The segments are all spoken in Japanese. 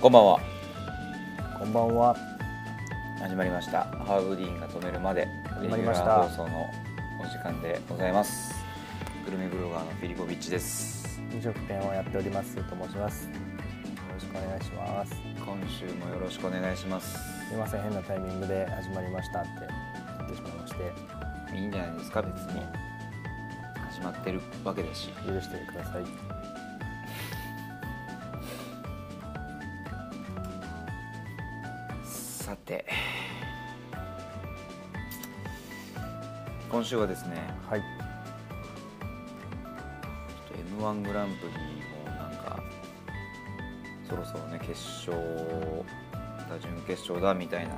こんばんはこんばんは。始まりましたハーブディーンが止めるまで始レギまりュまラしたー放送のお時間でございますグルメブロガーのフィリコビッチです飲食店をやっておりますと申します。よろしくお願いします。今週もよろしくお願いしますすいません変なタイミングで始まりましたって言ってしまいましていいんじゃないですか別に始まってるわけだし許してください。さて今週はですねはい。ちょっと m 1グランプリもなんかそろそろね決勝だ準決勝だみたいな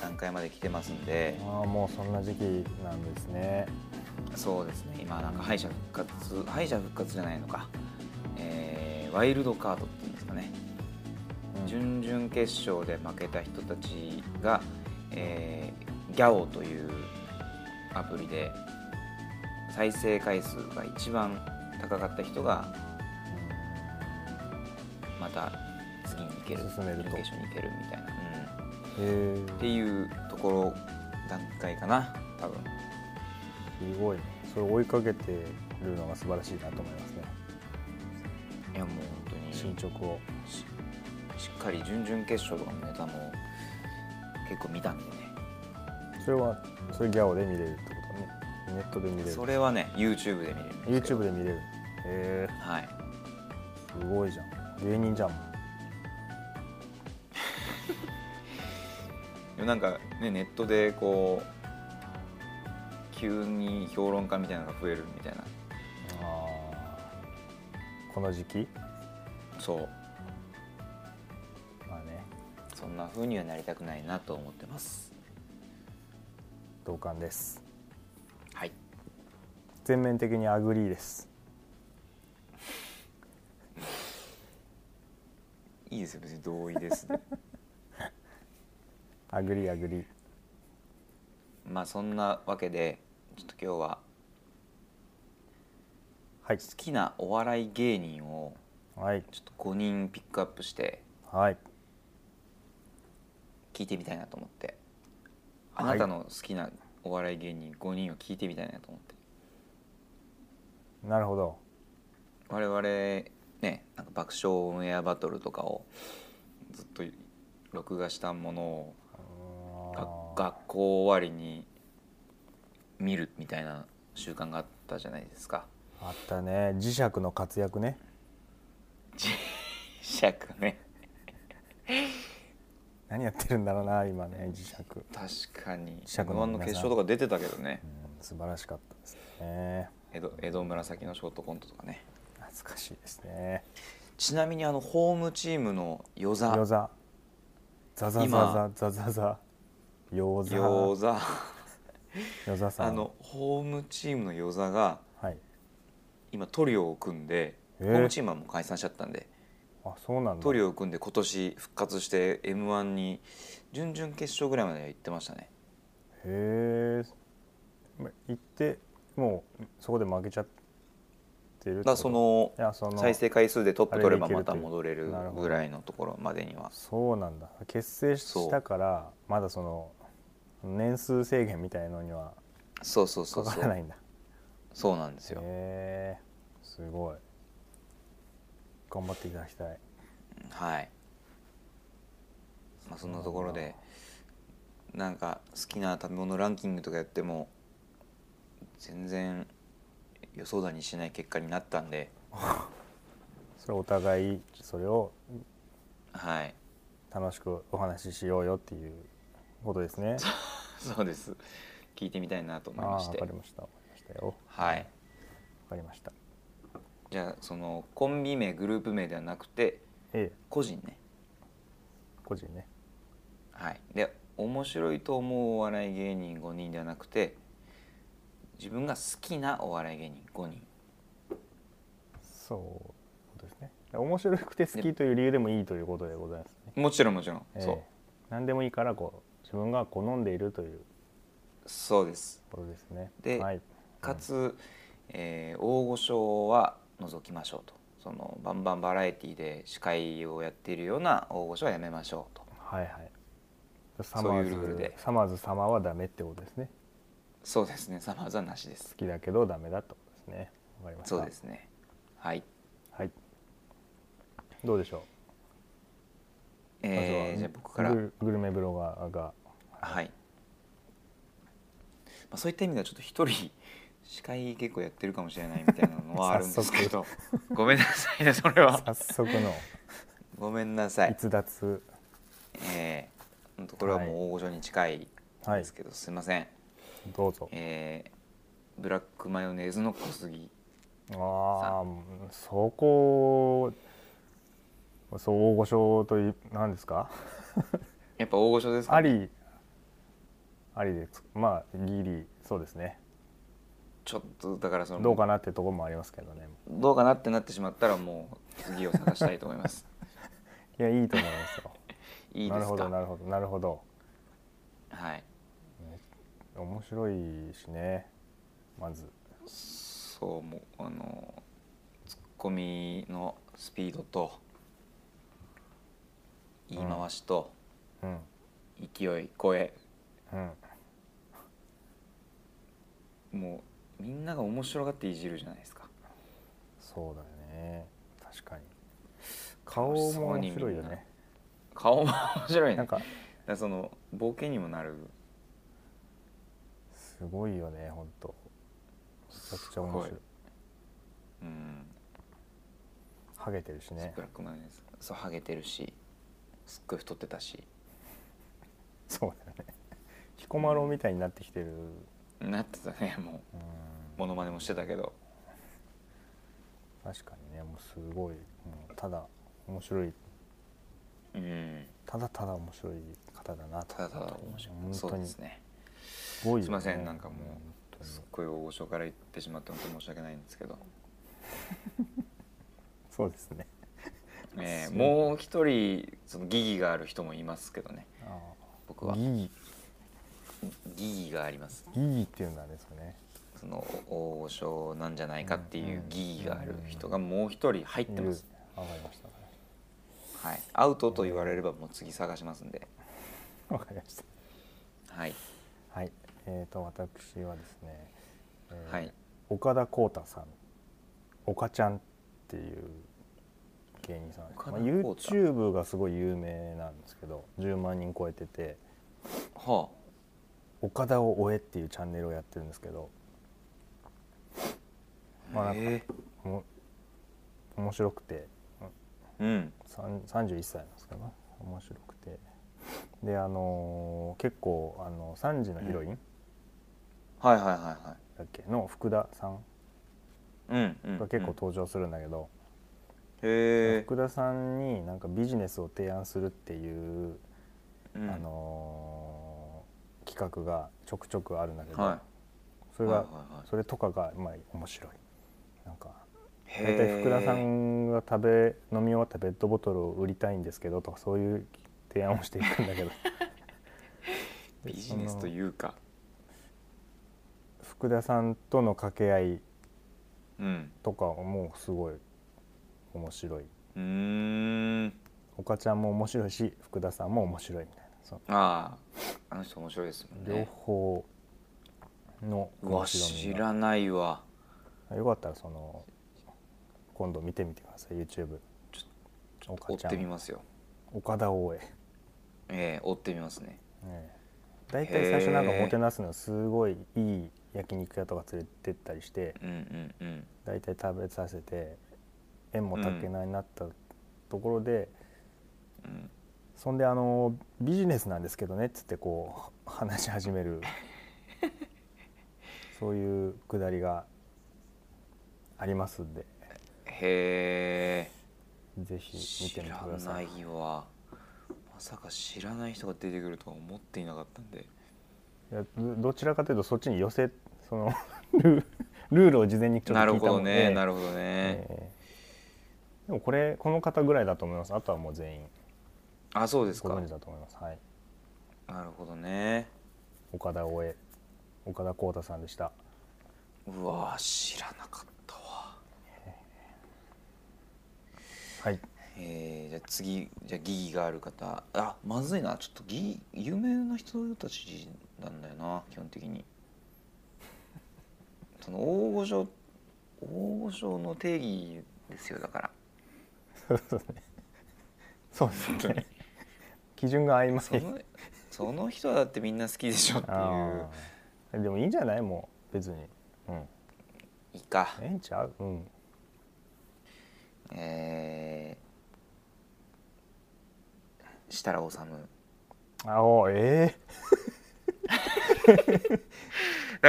段階まで来てますんでああもうそんな時期なんですね。そうですね今なんか敗者復活敗者復活じゃないのか、えーワイルドカードっていうんですかねうん準々決勝で負けた人たちが、えー、ギャオというアプリで再生回数が一番高かった人がまた次に行ける進めると準決勝に行けるみたいな、うんへえっていうところ段階かな多分すごいね。それ追いかけてるのが素晴らしいなと思いますね。いやもう本当に進捗を。ししっかり準々決勝とかのネタも結構見たんでねそれはそれギャオで見れるってことね。ネットで見れる。それはね YouTube で見れるんですけど YouTube で見れる。へえはいすごいじゃん。芸人じゃん。でもなんかねネットでこう急に評論家みたいなのが増えるみたいなあーこの時期そうまあねそんな風にはなりたくないなと思ってます同感ですはい全面的にアグリーですいいですよ別に同意ですでアグリーアグリー まあそんなわけでちょっと今日ははい好きなお笑い芸人をはいちょっと5人ピックアップしてはい聞いてみたいなと思ってあはいなたの好きなお笑い芸人5人を聞いてみたいなと思ってなるほど我々ねなんか爆笑オンエアバトルとかをずっと録画したものをがあー学校終わりに見るみたいな習慣があったじゃないですかあったね磁石の活躍ね磁石ね何やってるんだろうな今ね磁石、うん、確かに磁石の m 1の決勝とか出てたけどね素晴らしかったですね江戸江戸紫のショートコントとかね懐かしいですねちなみにあのホームチームの与座餃子ザザザザ今ザザザ餃餃子子餃子さんあのホームチームの与座がはい今トリオを組んで、えホーームチームはもう解散しちゃったんであそうなんだトリオを組んで今年復活して m 1に準々決勝ぐらいまでは行ってましたねへえま行ってもうそこで負けちゃってるっだかてことらそのいやその再生回数でトップ取ればあれでまいけるとたいう戻れるなるほどぐらいのところまでにはそうなんだ結成したからまだその年数制限みたいのにはそうそうそかうそからなういんだそうなんですよ、へえすごい頑張っていただきたいはい、まあ、そんなところでなんか好きな食べ物ランキングとかやっても全然予想だにしない結果になったんでそれお互いそれをはい楽しくお話ししようよっていうことですねそうです聞いてみたいなと思いああまーしわてかりましたわかりましたよわはいかりましたじゃあそのコンビ名グループ名ではなくてええ個人ね個人ねはいで面白いと思うお笑い芸人5人ではなくて自分が好きなお笑い芸人5人そうですね。面白くて好きという理由でもいいということでございますね。もちろんもちろん、ええそう何でもいいからこう自分が好んでいるというそうですことですね。ではい、かつ、えー大御所は除きましょうとそのバンバンバラエティで司会をやっているような大御所はやめましょうとはいはいサそうマいうーズルールでサマーズ様はダメってことですねそうですねサマーズはなしです好きだけどダメだってことですねわかりましたそうですねはいはいどうでしょうえー、じゃあ僕からグルグルメブロガーがはい、まあ、そういった意味ではちょっと一人司会結構やってるかもしれないみたいなのはあるんですけ どごめんなさいねそれは早速のごめんなさい逸脱えーほんとこれはもう大御所に近いはいですけど、すいませんどうぞえーブラックマヨネーズの小杉ああそこそう大御所とい何ですかやっぱ大御所ですかありありですまあギリそうですねちょっとだからそのどうかなってところもありますけどねどうかなってなってしまったらもう次を探したいと思いますいやいいと思いますよいいなでるすほどなかるほどなるほどはい面白いしねまずそうもうあのツッコミのスピードと言い回しとうん勢い声、うんもうみんなが面白がっていじるじゃないですかそうだよね確かに顔も面白いよね顔も面白いねななんんかからその冒険にもなるすごいよね本当めちゃくちゃす面白ごいいうんハゲてるしねブラックマヨネーズそうハゲてるしすっごい太ってたしそうだよね彦摩呂みたいになってきてるなってたねもうんうモノマネもしてたけど確かにねもうすごいもうただ面白いうんただただ面白い方だなとただただ面白い本そ当うにですねすごいよ、ね、すいませんなんかもう本当にすっごい大御所から言ってしまって本当に申し訳ないんですけど、そうですねえーそうもう一人その疑義がある人もいますけどねあ僕あはギギ疑義がありますギギっていうんだねそれねその大御所なんじゃないかっていう疑義がある人うがもう一人入っいてるます、わかりましたわかりましはい、アウトと言われればもう次探しますんでたわかりましたはいはいえー、と私はですね、えーはい岡田浩太さん岡ちゃんっていう芸人さん、岡まあ、田康太 YouTube がすごい有名なんですけど10万人超えてては「岡田を追え」っていうチャンネルをやってるんですけどあ、まあなんかえも面白くてーうんさん31歳なんですけどね面白くてであのー結構あの3時のヒロインはいはいはいはいだっけの福田さんうんうん、が結構うん登場するんだけど、へえ福田さんになんかビジネスを提案するっていう、うんあのー企画がちょくちょくあるんだけど、はそれが、はいはいはいそれとかが、まあ、面白いなんかい大体福田さへんが食べ飲み終わったペットボトルを売りたいんですけどとかそういう提案をしていくんだけ ーどビジネスとういうか福田さんとの掛け合いうんとかもすごい面白いうーん岡ちゃんも面白いし福田さんも面白いみたいなそのあああの人面白いですもん両ね方のうわ面知白みらないわがよかったらその今度見てみてください YouTube 追岡っちゃてみんますよ岡田大江ええ追ってみますねね大体最初なんかへーもてなすのすごいいい焼肉屋とか連れてったりしてうんうんうん大体食べさせて縁もたけないなったところで、うんそんであのビジネスなんですけどねっつってこう話し始 めるそういうくだりがありますんでへぜえひ見知てみてらくださないいわまさか知らない人が出てくるとは思っていなかったんでいやどどちらかというとそっちに寄せその ルールールを事前にちょっとなる聞いほたどもんねで、なるほどね、えーでもこれこの方ぐらいだと思いますあとはもう全員あそうですごか存知だと思いますはいなるほどね岡田大江岡田浩太さんでしたうわ知らなかったわはいえーじゃあ次じゃあ疑義がある方あまずいなちょっと疑義有名な人たちなんだよな基本的にその大御所大御所の定義ですよだからそうですねそうですね基準が曖そ昧のその人はだってみんな好きでしょっていあーでもいいんじゃないもう別にうんういいかええんちゃううんえー、設楽治あおえだか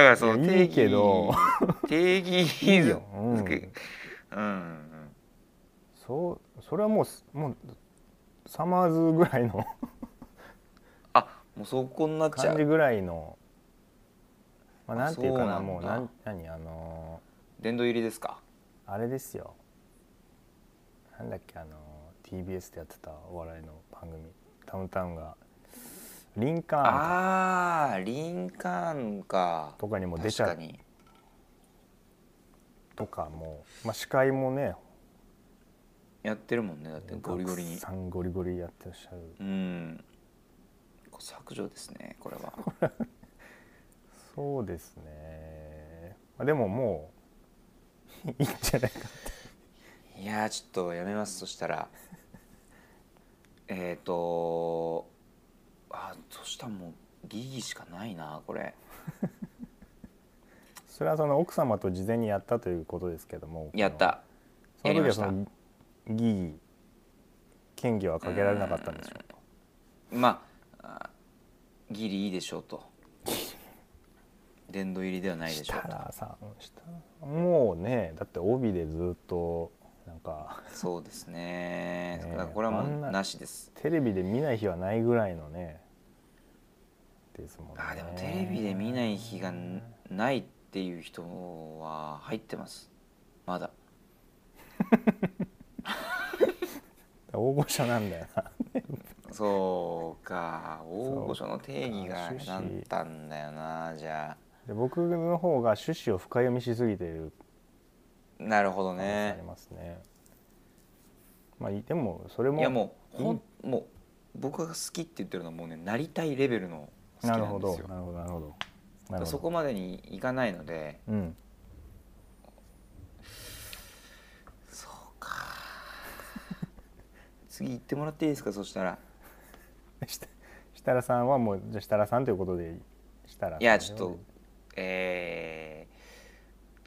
らそのいや定いい義けど 定義えいいよ、うづんけ、うんうんそうそれはもうすもうサマーズぐらいのあもうそこになっちゃ感じうぐらいの まああなんていうかなそうなんだもうなん何あの殿堂入りですかーあれですよなんだっけあのー TBS でやってたお笑いの番組ダウンタウンがリンカーンかあーリンカーンかとかにも出確ちゃかうにとかもう、まあ、司会もねやってるもんねだってゴリゴリに学さんゴリゴリやってらっしゃるうんこれ削除ですねこれ はそうですね、まあ、でももういいんじゃない かいやーちょっとやめますそしたら えっ、ー、とあそしたらもう疑義しかないなこれそれはその奥様と事前にやったということですけどもやったその時はそやりの疑義嫌疑はかけられなかったんでしょうかまああギリいいでしょうと殿堂入りではないでし設ょうと楽さん設楽もうねだって帯でずっとなんかそうですねねえだからこれはあんもなうなしですテレビで見ない日はないぐらいのねですもんねあでもテレビで見ない日がんないっていう人は入ってますまだ大御所なんだよなそうか大御所の定義がそうかなったんだよなじゃで僕の方が趣旨を深読みしすぎているあなるほど可能性あねりますねまあいでもそれもいやもうほんもう僕が好きって言ってるのはもうねなりたいレベルの好きななるほんでどすよなるほどなるほどなるほどそこまでにいかないのでうんそうか次行ってもらっていいですかそしたらした設楽さんはもうじゃあ設楽さんということで設楽さんいやちょっとえ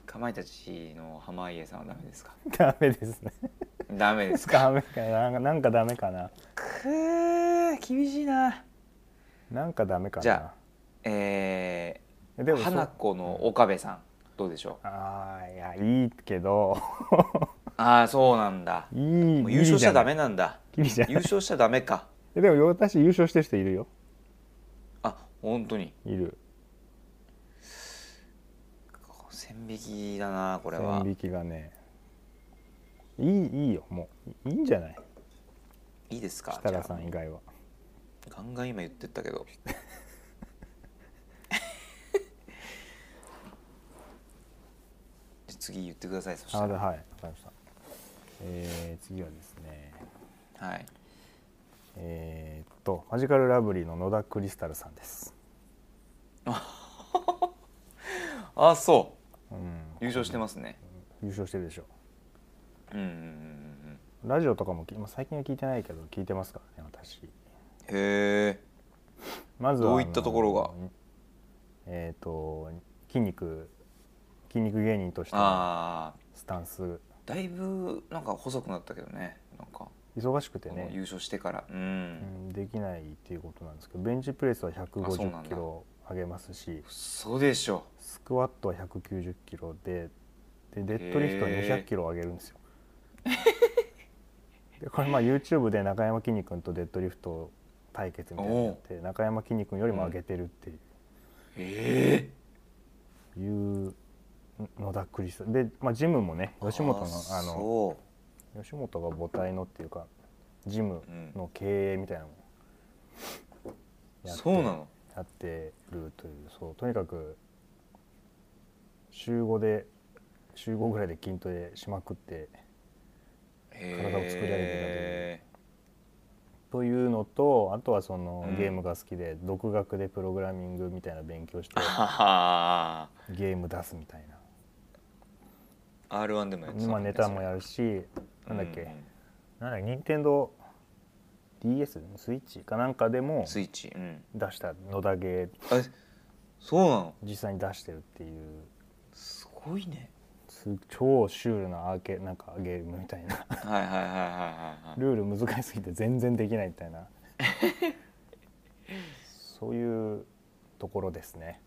ー、かまいたちの濱家さんはダメ ですかダメですねダメですかダメかななんかダメかなくー厳しいななんかダメかなじゃええでー、もそう花子の岡部さんどうでしょうああいやいいけど ああそうなんだいいもう優勝しちゃダメいいなんだいいじゃ ない優勝しちゃダメかじゃないえでも私優勝してる人いるよあ本当にいる線引きだなこれは線引きがねいいいいよもういいんじゃないいいですか設楽さんじ以ゃ外はあガンガン今言ってったけ どじゃあ次言ってくださいそしあたでらはいわかりましたえー、次はですねはいえーっとマジカルラブリーの野田クリスタルさんですあそうんう優勝してますね優勝してるでしょうんうんうんうんラジオとかもきまあ最近は聞いてないけど聞いてますからね私うんへえまずはどういったところがあのえー、と筋肉筋肉芸人としてのああスタンスだいぶなんか細くなったけどねなんか忙しくてこの優ね、勝してからううんんできないっていうことなんですけどベンチプレスはあそう150なんだキロ上げますしそうでしょスクワットは190キロででデッドリフトはへー200キロ上げるんですよ。 でこれまあ YouTube で中山きんに君とデッドリフト対決みたいなのやって中山きんに君よりも上げてるっていう。ええいうのだっくりしたで、まあ、ジムもね吉本のあのそ吉本が母体のっていうかジムの経営みたいなのもうやってそうなのやってるというそうとにかく週5で週5ぐらいで筋トレしまくってへ体を作り上げてるだけでへというのとあとはその、うんゲームが好きで独学でプログラミングみたいな勉強してーあははゲーム出すみたいな R1 でもやってたも今んねネタもやるしなんだっけ、うなんだっけ任天堂 d s スイッチかなんかでもスイッチうん出した野田ゲーえそうなの実際に出してるっていうすごいねす超シュールなアーケなんかゲームみたいなはいはいはいはいはいはいルール難しすぎて全然できないみたい なそういうところですね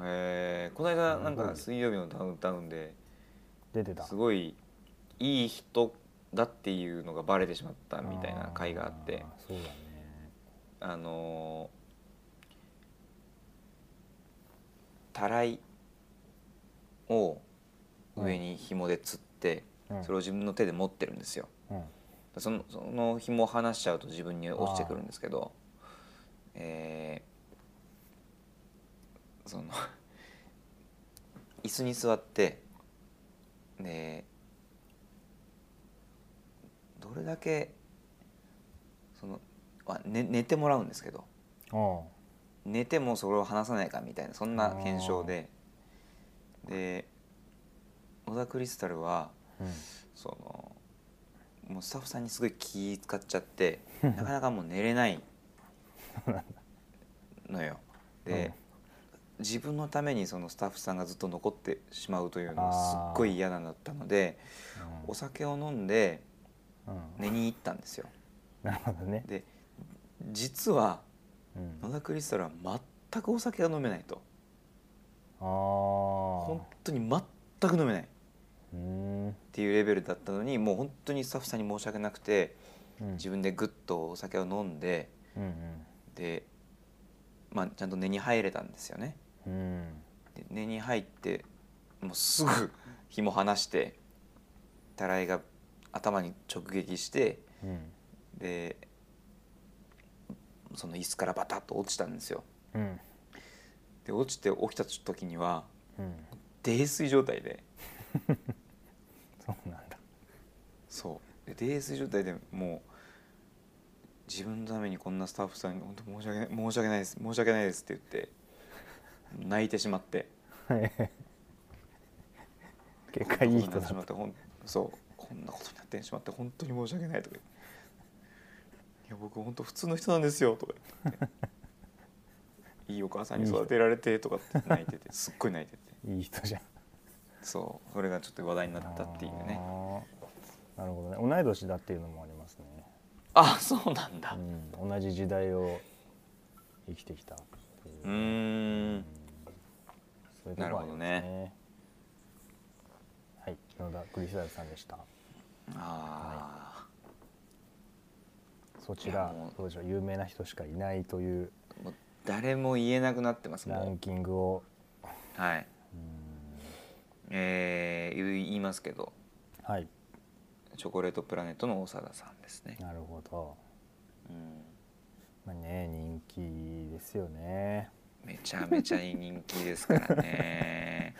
えー、この間なんすごかい水曜日のダウンタウンで出てたすごいいい人だっていうのがバレてしまったみたいな回があってーそうだねあのーたらいを上に紐で釣って、うんそれを自分の手で持ってるんですよ。うんそのその紐を離しちゃうと自分に落ちてくるんですけど、えーその 椅子に座ってでどれだけそのあ、ね、寝てもらうんですけどお寝てもそれを離さないかみたいなそんな検証でで小田クリスタルはう、うん、そのもうスタッフさんにすごい気使っちゃってなかなかもう寝れないのよ。で、自分のためにそのスタッフさんがずっと残ってしまうというのはすっごい嫌なんだったのでお酒を飲んでうん 寝に行ったんですよ。なるほどね、で実はうん、野田クリスタルは全くお酒が飲めないとあー本当に全く飲めないっうーん、ていうレベルだったのにもう本当にスタッフさんに申し訳なくてうん自分でぐっとお酒を飲んで。うんで、まあ、ちゃんと根に入れたんですよね。うんうんで根に入ってもうすぐ紐離してたらいが頭に直撃してうんでその椅子からバタッと落ちたんですよ。うんで落ちて起きた時にはうん泥酔状態でそうな んだそうで泥酔状態でもう自分のためにこんなスタッフさんに「本当申し訳ない申し訳ないです申し訳ないです」って言って泣いてしまって。結果いい人こんなことになってしまっだてほんそうこんなことになってしまって本当に申し訳ないとか言っていや僕本当普通の人なんですよとか言っていいお母さんに育てられてとかって泣いててすっごい泣いてていい人じゃんそうそれがちょっと話題になったっていうねあーなるほどね同い年だっていうのもありますね、あそうなんだうん、同じ時代を生きてきたっていううーんそういうところありますなるほどねはい野田クリスタルさんでしたあそちいやらもうどうでしょう有名な人しかいないというーもう誰も言えなくなってますランもキングをうはいうんえー、言いますけどはいチョコレートプラネットの大貞さんですね、なるほどうんまあね人気ですよねめちゃめちゃいい人気ですから ね。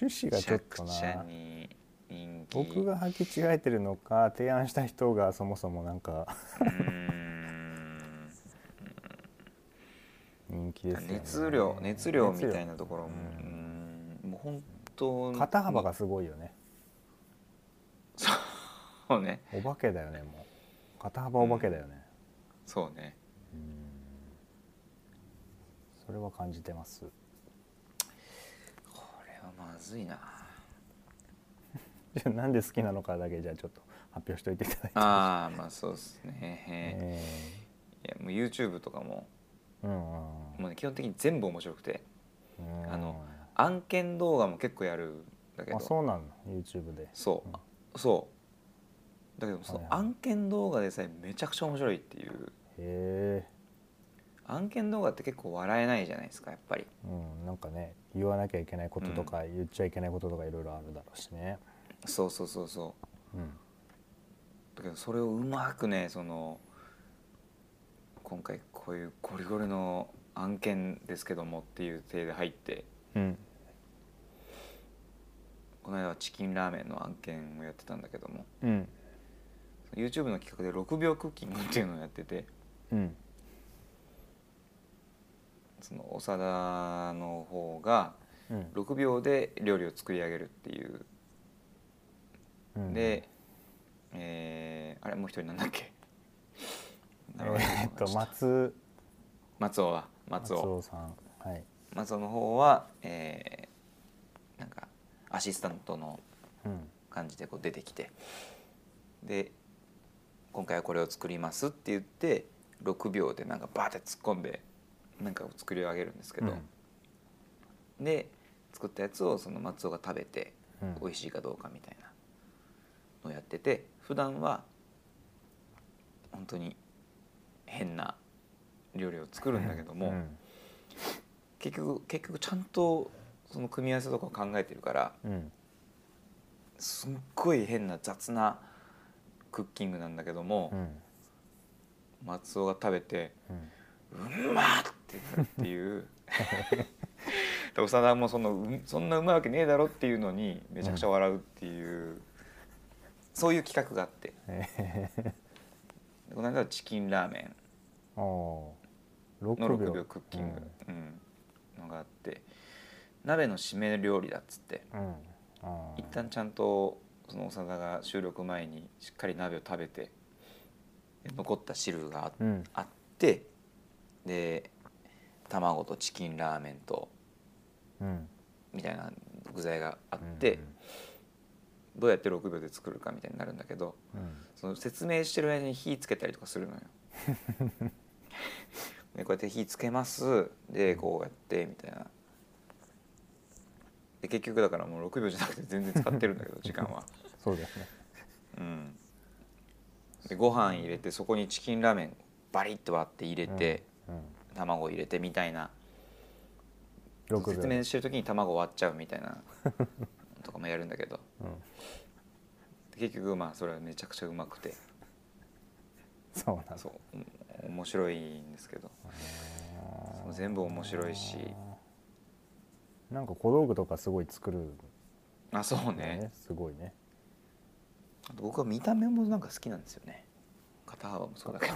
趣旨がめちちょゃっくとちゃなに人気。僕が履き違えてるのか提案した人がそもそもなんかうーん人気ですよね熱量熱量みたいなところも、ううんん、もう本当に肩幅がすごいよねそうねお化けだよねもう肩幅お化けだよねそうね。うんそれは感じてます これはまずいな。じゃあなんで好きなのかだけじゃあちょっと発表しておいていただいてああまあそうですね。えいやもう YouTube とかもーうんうんもう、ね、基本的に全部面白くてうんあの案件動画も結構やるんだけど。あそうなの YouTube でそう、うんそうだけどそはいのはい案件動画でさえめちゃくちゃ面白いっていうへえ案件動画って結構笑えないじゃないですかやっぱりうん、なんかね言わなきゃいけないこととか、言っちゃいけないこととかいろいろあるだろうしね、そうそうそうそううん、だけどそれをうまくねその今回こういうゴリゴリの案件ですけどもっていう体で入ってうんこの間はチキンラーメンの案件をやってたんだけどもうん。 YouTube の企画で6秒クッキングっていうのをやっててうん。その長田の方がうん。 6秒で料理を作り上げるっていううんで、えーあれもう一人なんだっけえーっ と松松尾は松尾尾さんはい。松尾の方は、えーなんかアシスタントのうん。感じでこう出てきてで今回はこれを作りますって言って6秒でなんかバーって突っ込んでなんかを作り上げるんですけど、で作ったやつをその松尾が食べてうん。美味しいかどうかみたいなのをやってて普段は本当に変な料理を作るんだけども、うん結局結局ちゃんとその組み合わせとかを考えてるからうん。すっごい変な雑なクッキングなんだけども、うん。松尾が食べてうん。 「うまっ!」って言ったっていうで長田もそのうんそんなうまいわけねえだろっていうのにめちゃくちゃ笑うっていう、そういう企画があってえこの間はチキンラーメー、おーンの6 6秒秒クッキング、うんのがあって鍋の締め料理だっつってうん、うん、あー一旦ちゃんとその長田が収録前にしっかり鍋を食べてで残った汁があってうんあってで卵とチキンラーメンとうんみたいな具材があって、どうやって6秒で作るかみたいになるんだけどうんその説明してる間に火つけたりとかするのよ。でこうやって火つけますでこうやってみたいな。で結局だからもう6秒じゃなくて全然使ってるんだけど時間は。そうですねうん、でご飯入れてそこにチキンラーメンバリッと割って入れて、うん卵入れてみたいなうん、6秒説明してる時に卵割っちゃうみたいな とかもやるんだけどうん、結局まあそれはめちゃくちゃうまくてそうなんだそうお面白いんですけどそう全部面白いしなんか小道具とかすごい作るんあそうだよねすごいねあと僕は見た目もなんか好きなんですよね肩幅もそうだけど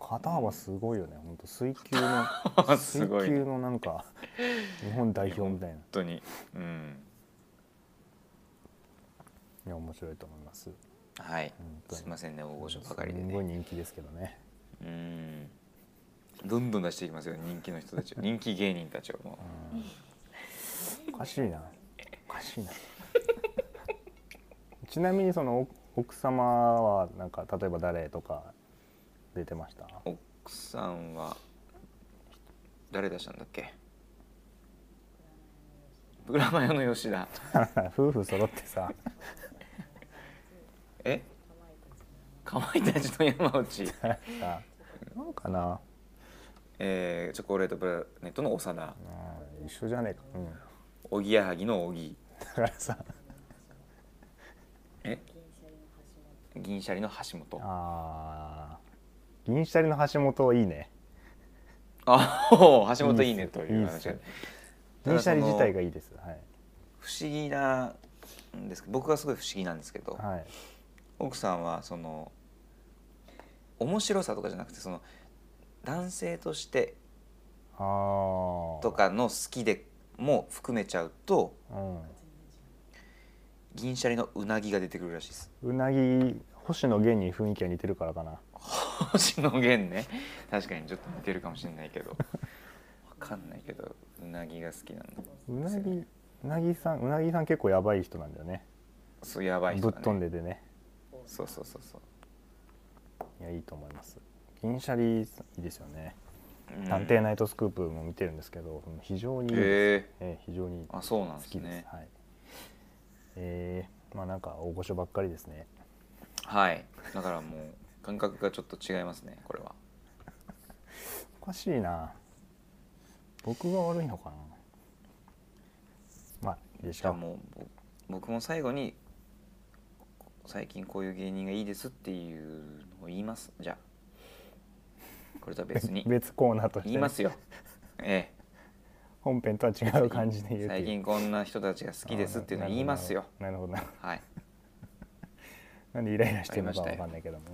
肩幅すごいよね本当水球の すごいね水球のなんか日本代表みたいない本当にうんや面白いと思いますはい本当にすいませんね大御所ばかりですごいね人気ですけどねうんどんどん出していきますよ人気の人た ちを人気芸人たちをもおかしいなおかしいな ちなみにそのお奥様はなんか例えば誰とか出てました う奥さんは誰出したんだっけブラマヨの吉田夫婦揃ってさ えかまいたちの山内なんかなんかな、えーチョコレートプラネットの長田うん、一緒じゃねえか、うん、おぎやはぎのおぎだからさえ銀シャリの橋本ああー銀シャリの橋本いいねあ おー橋本いいねといういいっ話すがよただ銀シャリその自体がいいですはい、不思議なんですけど僕がすごい不思議なんですけど、はい、奥さんはその面白さとかじゃなくてその男性としてあーと、かの好きでも含めちゃうとう銀シャリのうなぎが出てくるらしい です。ん、うなぎ星野源に雰囲気が似てるからかな星野源ね確かにちょっと似てるかもしれないけどわかんないけどうなぎが好きなんだうなぎうなぎさんうなぎさん結構やばい人なんだよねそうやばい人ぶっだね飛んでてねそうそうそうそう、いやいいと思います銀シャリいいですよね、うん探偵ナイトスクープも見てるんですけど非常にいいです、へええ非常に好あそうなんですきですねはいえー、まあなんか大御所ばっかりですねはいだからもう感覚がちょっと違いますねこれはおかしいな僕が悪いのかなまあいいでしじゃょあうもうぼ僕も最後に最近こういう芸人がいいですっていうのを言いますじゃあこれとは別に 別コーナーとして言いますよええ本編とは違う感じで言う最近こんな人たちが好きですっていうのは言いますよなるほどなるほどはいなんでイライラしてるのかわかんないけども、